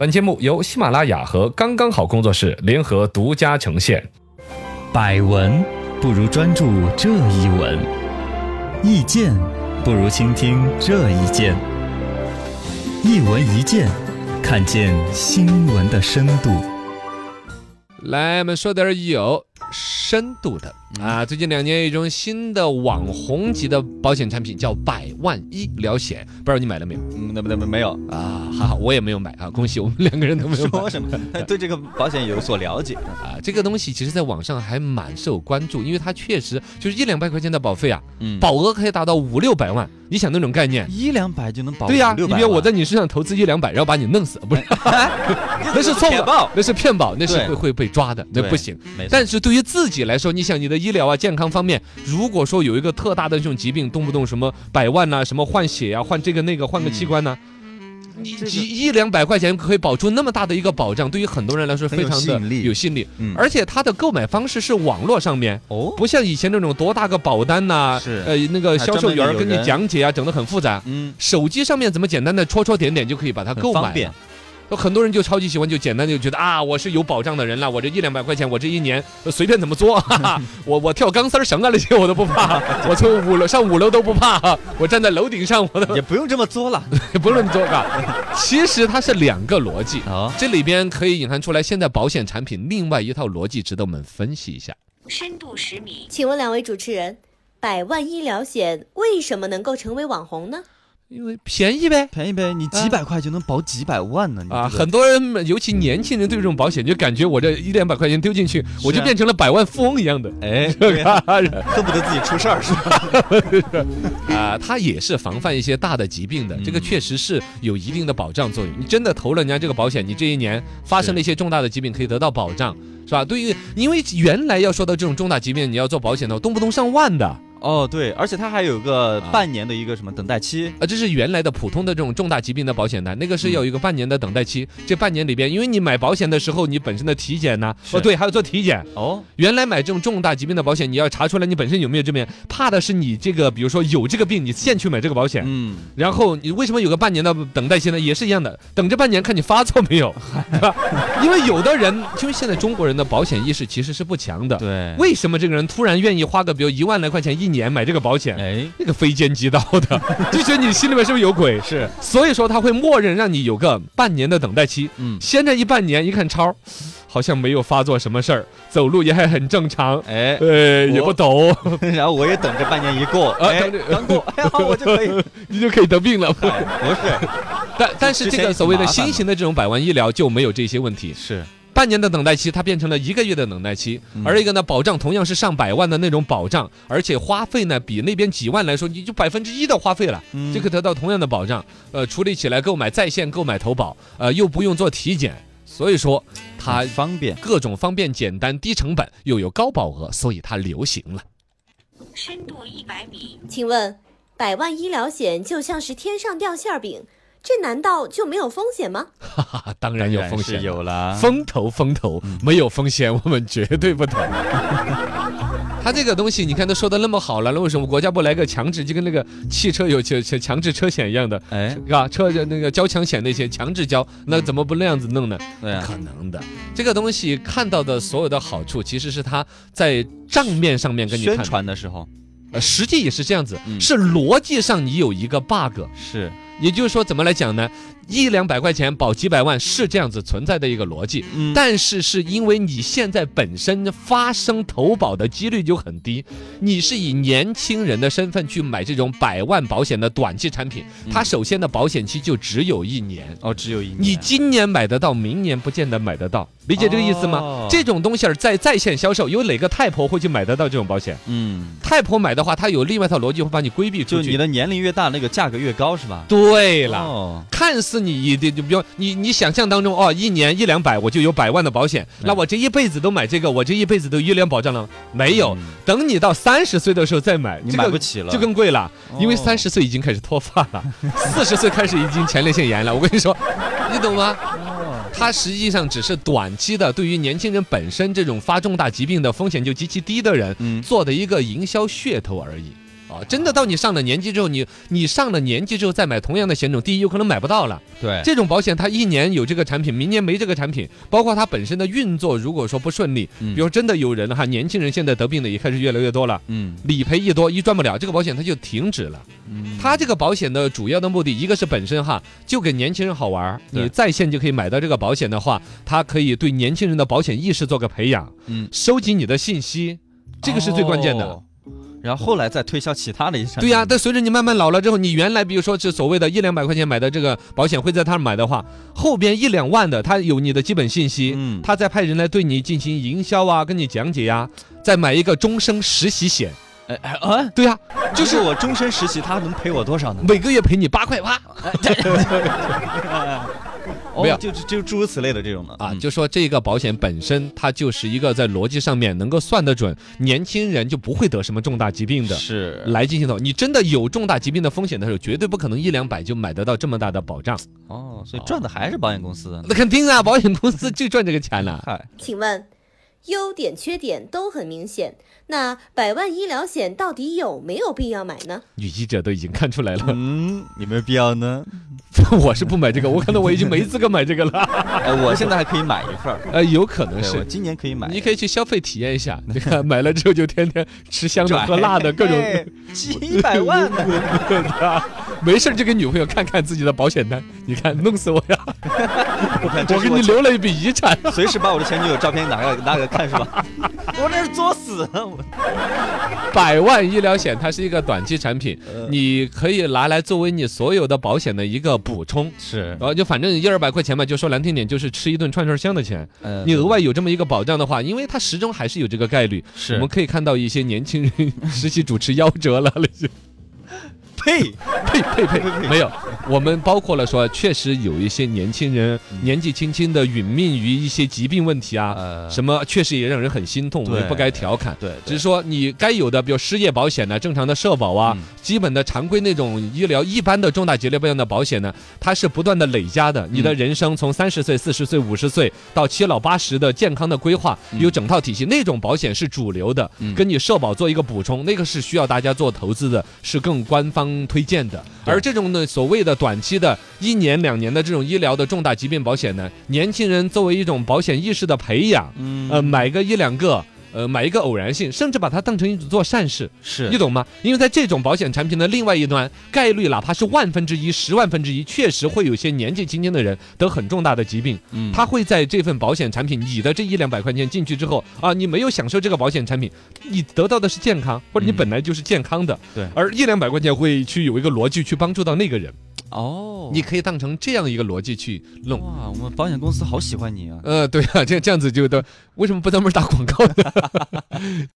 本节目由喜马拉雅和刚刚好工作室联合独家呈现。百闻不如专注这一闻，意见不如倾听这一见。一闻一见，看见新闻的深度。来，我们说点儿有深度的啊！最近两年有一种新的网红级的保险产品叫百万医疗险，不知道你买了没有嗯，那不那不没有啊？还好我也没有买啊，恭喜我们两个人都没有买说什么？他对这个保险有所了解。啊。这个东西其实在网上还蛮受关注，因为它确实就是一两百块钱的保费啊，嗯，保额可以达到五六百万，你想那种概念？一两百就能保对呀、六你百。比如我在你身上投资一两百，然后把你弄死，不是？ 那是错误骗的报，那是骗保，那是对会会被抓的，那对不行。没错，但是对于自己来说，你想你的医疗啊、健康方面，如果说有一个特大的这种疾病，动不动什么百万呐、什么换血呀、换这个那个、换个器官呐、你嗯这个几一两百块钱可以保出那么大的一个保障，对于很多人来说是很有非常吸的引力有吸引力嗯，而且它的购买方式是网络上面，哦，不像以前那种多大个保单呐、是呃那个销售员儿跟还专门有你人讲解啊，整得很复杂。嗯，手机上面怎么简单的戳戳点点就可以把它很购买方了便，有很多人就超级喜欢，就简单地就觉得啊，我是有保障的人了，我这一两百块钱，我这一年呃随便怎么作，哈 哈，我我跳钢丝儿绳啊那些我都不怕，我从五楼上五楼都不怕，哈我站在楼顶上我都也不用这么作了。不论作嘎。其实它是两个逻辑，哦，这里边可以隐含出来现在保险产品另外一套逻辑，值得我们分析一下。深度十米，请问两位主持人，百万医疗险为什么能够成为网红呢？因为便宜呗。便宜呗，你几百块就能保几百万呢？你啊，这个很多人，尤其年轻人对这种保险就感觉我这一两百块钱丢进去，我就啊变成了百万富翁一 样的。哎，对啊啊，恨不得自己出事儿是吧？它啊也是防范一些大的疾病的，这个嗯确实是有一定的保障作用。你真的投了人家这个保险，你这一年发生了一些重大的疾病，可以得到保障，是吧？对于，因为原来要说到这种重大疾病，你要做保险的，动不动上万的啊，哦，对，而且它还有个啊半年的一个什么等待期，这是原来的普通的这种重大疾病的保险单，那个嗯是要有一个半年的等待期。这半年里边，因为你买保险的时候，你本身的体检呐、是哦对，还要做体检。哦，原来买这种重大疾病的保险，你要查出来你本身有没有这病，怕的是你这个，比如说有这个病，你现去买这个保险，嗯，然后你为什么有个半年的等待期呢？也是一样的，等这半年看你发作没 有，是吧？因为有的人，因为现在中国人的保险意识其实是不强的。对，为什么这个人突然愿意花个比如一万来块钱一年买这个保险？哎，那个非奸即盗 的，就觉得你心里面是不是有鬼？是，所以说他会默认让你有个半年的等待期。嗯，先这一半年一看超，好像没有发作什么事儿，走路也还很正常，哎，呃，也不抖，然后我也等这半年一 过，啊哎等，着刚过，哎呀，我就可以，你就可以得病了。哎不 但但是之这前个也所挺谓麻的烦新的型的这种百万医疗就没有这些问题。是，是，半年的等待期，它变成了一个月的等待期嗯，而一个呢，保障同样是上百万的那种保障，而且花费呢比那边几万来说，你就百分之一的花费了，嗯就可以得到同样的保障。呃，处理起来购买在线购买投保，呃，又不用做体检，所以说它很方便，各种方便、简单、低成本，又有高保额，所以它流行了。深度一百米，请问，百万医疗险就像是天上掉馅儿饼，这难道就没有风险吗？哈哈，啊当然有风当然险是。有啦，风投风投没有风险，我们绝对不投。 他这个东西，你看都说的那么好了，那为什么国家不来个强制，就跟那个汽车有强强强制车险一样的，哎，是吧？车那个交强险那些强制交，那怎么不那样子弄呢？对不啊，可能的。这个东西看到的所有的好处，其实是他在账面上面跟你看宣的，传的时候呃，实际也是这样子，嗯是逻辑上你有一个 bug，是，也就是说怎么来讲呢？一两百块钱保几百万是这样子存在的一个逻辑，嗯，但是是因为你现在本身发生投保的几率就很低，你是以年轻人的身份去买这种百万保险的短期产品，嗯它首先的保险期就只有一年。哦，只有一年，你今年买得到，明年不见得买得到，理解这个意思哦吗？这种东西儿在在线销售，有哪个太婆会去买得到这种保险？嗯，太婆买的话，它有另外一套逻辑会把你规避就出你去。的年龄越大，那个价格越高是吧？对了，哦，看似你一定就比如你你想象当中哦，一年一两百我就有百万的保险，嗯那我这一辈子都买这个，我这一辈子都医疗保障了吗没有嗯？等你到三十岁的时候再买，你这买个不起了，就更贵了，因为哦三十岁已经开始脱发 了，四十岁开始已经前列腺炎了。我跟你说，哦你懂吗？它实际上只是短期的，对于年轻人本身这种发重大疾病的风险就极其低的人嗯做的一个营销噱头而已。啊，真的到你上了年纪之后，你你上了年纪之后再买同样的险种，第一有可能买不到了。对，这种保险它一年有这个产品，明年没这个产品，包括它本身的运作，如果说不顺利，嗯比如真的有人哈，年轻人现在得病的也开始越来越多了。嗯理赔一多一赚不了，这个保险它就停止了。嗯它这个保险的主要的目的，一个是本身哈，就给年轻人好玩儿。对你在线就可以买到这个保险的话，它可以对年轻人的保险意识做个培养，嗯，收集你的信息，这个是最关键的。哦。然后后来再推销其他的一些产品。对呀、但随着你慢慢老了之后，你原来比如说是所谓的一两百块钱买的这个保险，会在他那儿买的话，后边一两万的，他有你的基本信息，嗯他再派人来对你进行营销啊，跟你讲解呀、再买一个终生实习险，哎哎啊，对呀、就就是是我终身实习，他能赔我多少呢？每个月赔你八块八嗯哦没有就就诸如此类的这种的啊，嗯就说这个保险本身它就是一个在逻辑上面能够算得准，年轻人就不会得什么重大疾病的。是来进行投，你真的有重大疾病的风险的时候，绝对不可能一两百就买得到这么大的保障。哦，所以赚的还是保险公司。那肯定啊，保险公司就赚这个钱了。 嗨，请问，优点缺点都很明显，那百万医疗险到底有没有必要买呢？女记者都已经看出来了， 嗯，有没有必要呢？我是不买这个，我可能我已经没资格买这个 了。哎，我现在还可以买一份儿，呃，有可能对我是。今年可以买一份儿。你可以去消费体验一下， 你看买了之后就天天吃香的喝辣的各 种，哎几百万 呢？ 没事儿就给女朋友看看自己的保险单，你看弄死我呀！看 这我是给你留了一笔 遗产。随时把我的前女友照片拿个拿给看是吧？ 我这是作死啊！我百万医疗险它是一个短期产品呃，你可以拿来作为你所有的保险的一个补充。 是然后就反正一二百块钱嘛，就说难听点，就是吃一顿串串香的钱。呃你额外有这么一个保障的话，因为它始终还是有这个概率。是我们可以看到一些年轻人 实习主持夭折了，那些 呸！呸呸呸，没有。我们包括了说，确实有一些年轻人嗯年纪轻轻的殒命于一些疾病问题啊，呃什么确实也让人很心痛，我们对不该调侃。对，只是说你该有的，比如失业保险呢、正常的社保啊、嗯基本的常规那种医疗一般的重大疾病样的保险呢，它是不断的累加嗯的。你的人生从三十岁、四十岁、五十岁到七老八十的健康的规划，有整套体系。那种保险是主流的，嗯跟你社保做一个补充，那个是需要大家做投资的，是更官方推荐的。而这种呢，所谓的短期的一年两年的这种医疗的重大疾病保险呢，年轻人作为一种保险意识的培养，嗯呃，买个一两个。呃，买一个偶然性，甚至把它当成一做善事，是你懂吗？因为在这种保险产品的另外一端，概率哪怕是万分之一、十万分之一，确实会有些年纪轻轻的人得很重大的疾病。嗯他会在这份保险产品，你的这一两百块钱进去之后啊，你没有享受这个保险产品，你得到的是健康，或者你嗯本来就是健康的。对而一两百块钱会去有一个逻辑去帮助到那个人，哦，你可以当成这样一个逻辑去弄。哇，我们保险公司好喜欢你啊！呃，对啊，这这样子就的，为什么不专门打广告呢？